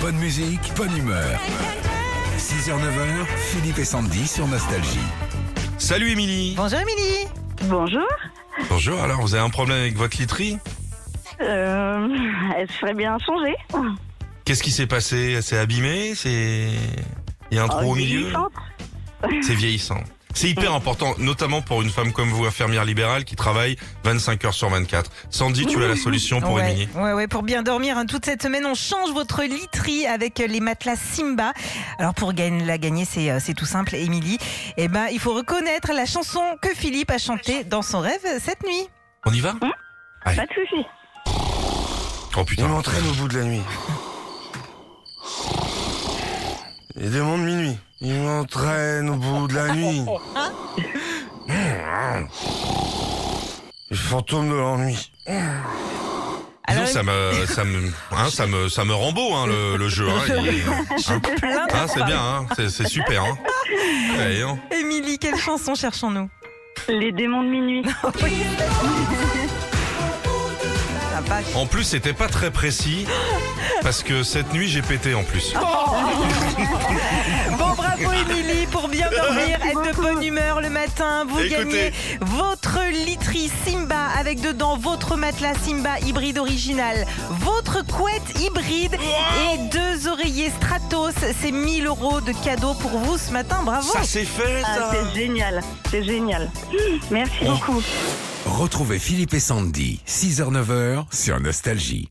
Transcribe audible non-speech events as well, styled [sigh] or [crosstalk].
Bonne musique, bonne humeur. 6h, 9h, Philippe et Sandy sur Nostalgie. Salut Émilie Bonjour Émilie Bonjour. Bonjour, alors vous avez un problème avec votre literie Euh, elle serait bien changée. Qu'est-ce qui s'est passé Elle s'est abîmée C'est... Il y a un trou Ah, Oh, au milieu vieillissante. C'est vieillissant. C'est [laughs] hyper important, notamment pour une femme comme vous, infirmière libérale, qui travaille 25 heures sur 24. Sandy, tu as la solution pour ouais, Émilie. ouais, ouais, pour bien dormir, hein, toute cette semaine, on change votre literie avec euh, les matelas Simba. Alors pour gagner, la gagner, c'est euh, c'est tout simple, Émilie. Eh ben, il faut reconnaître la chanson que Philippe a chantée dans son rêve euh, cette nuit. On y va Hein? Pas de soucis. Oh Il putain. m'entraîne au bout de la nuit. Il demande minuit. Il m'entraîne au bout de la nuit. Le fantôme de l'ennui. Disons, Alors, euh, ça me, ça me, hein, ça me, ça me rambo, hein, le, le jeu. Hein, il- hein. plein de Hein, c'est fois. bien, hein, c'est, c'est super. Hein. Ouais, hein. Émilie, quelle chanson cherchons-nous Les démons de minuit. La vache. En plus, c'était pas très précis parce que cette nuit, j'ai pété en plus. Bon, bravo Émilie pour bien dormir, être de bonne humeur le matin. Vous Écoutez. gagnez votre literie Simba avec dedans votre matelas Simba hybride original, votre couette hybride et deux oreillers Stratos. C'est 1000 euros de cadeau pour vous ce matin. Bravo. Ça c'est fait, Ah, ça. c'est génial. C'est génial. Merci Oh. beaucoup. Retrouvez Philippe et Sandy, 6h, 9h sur Nostalgie.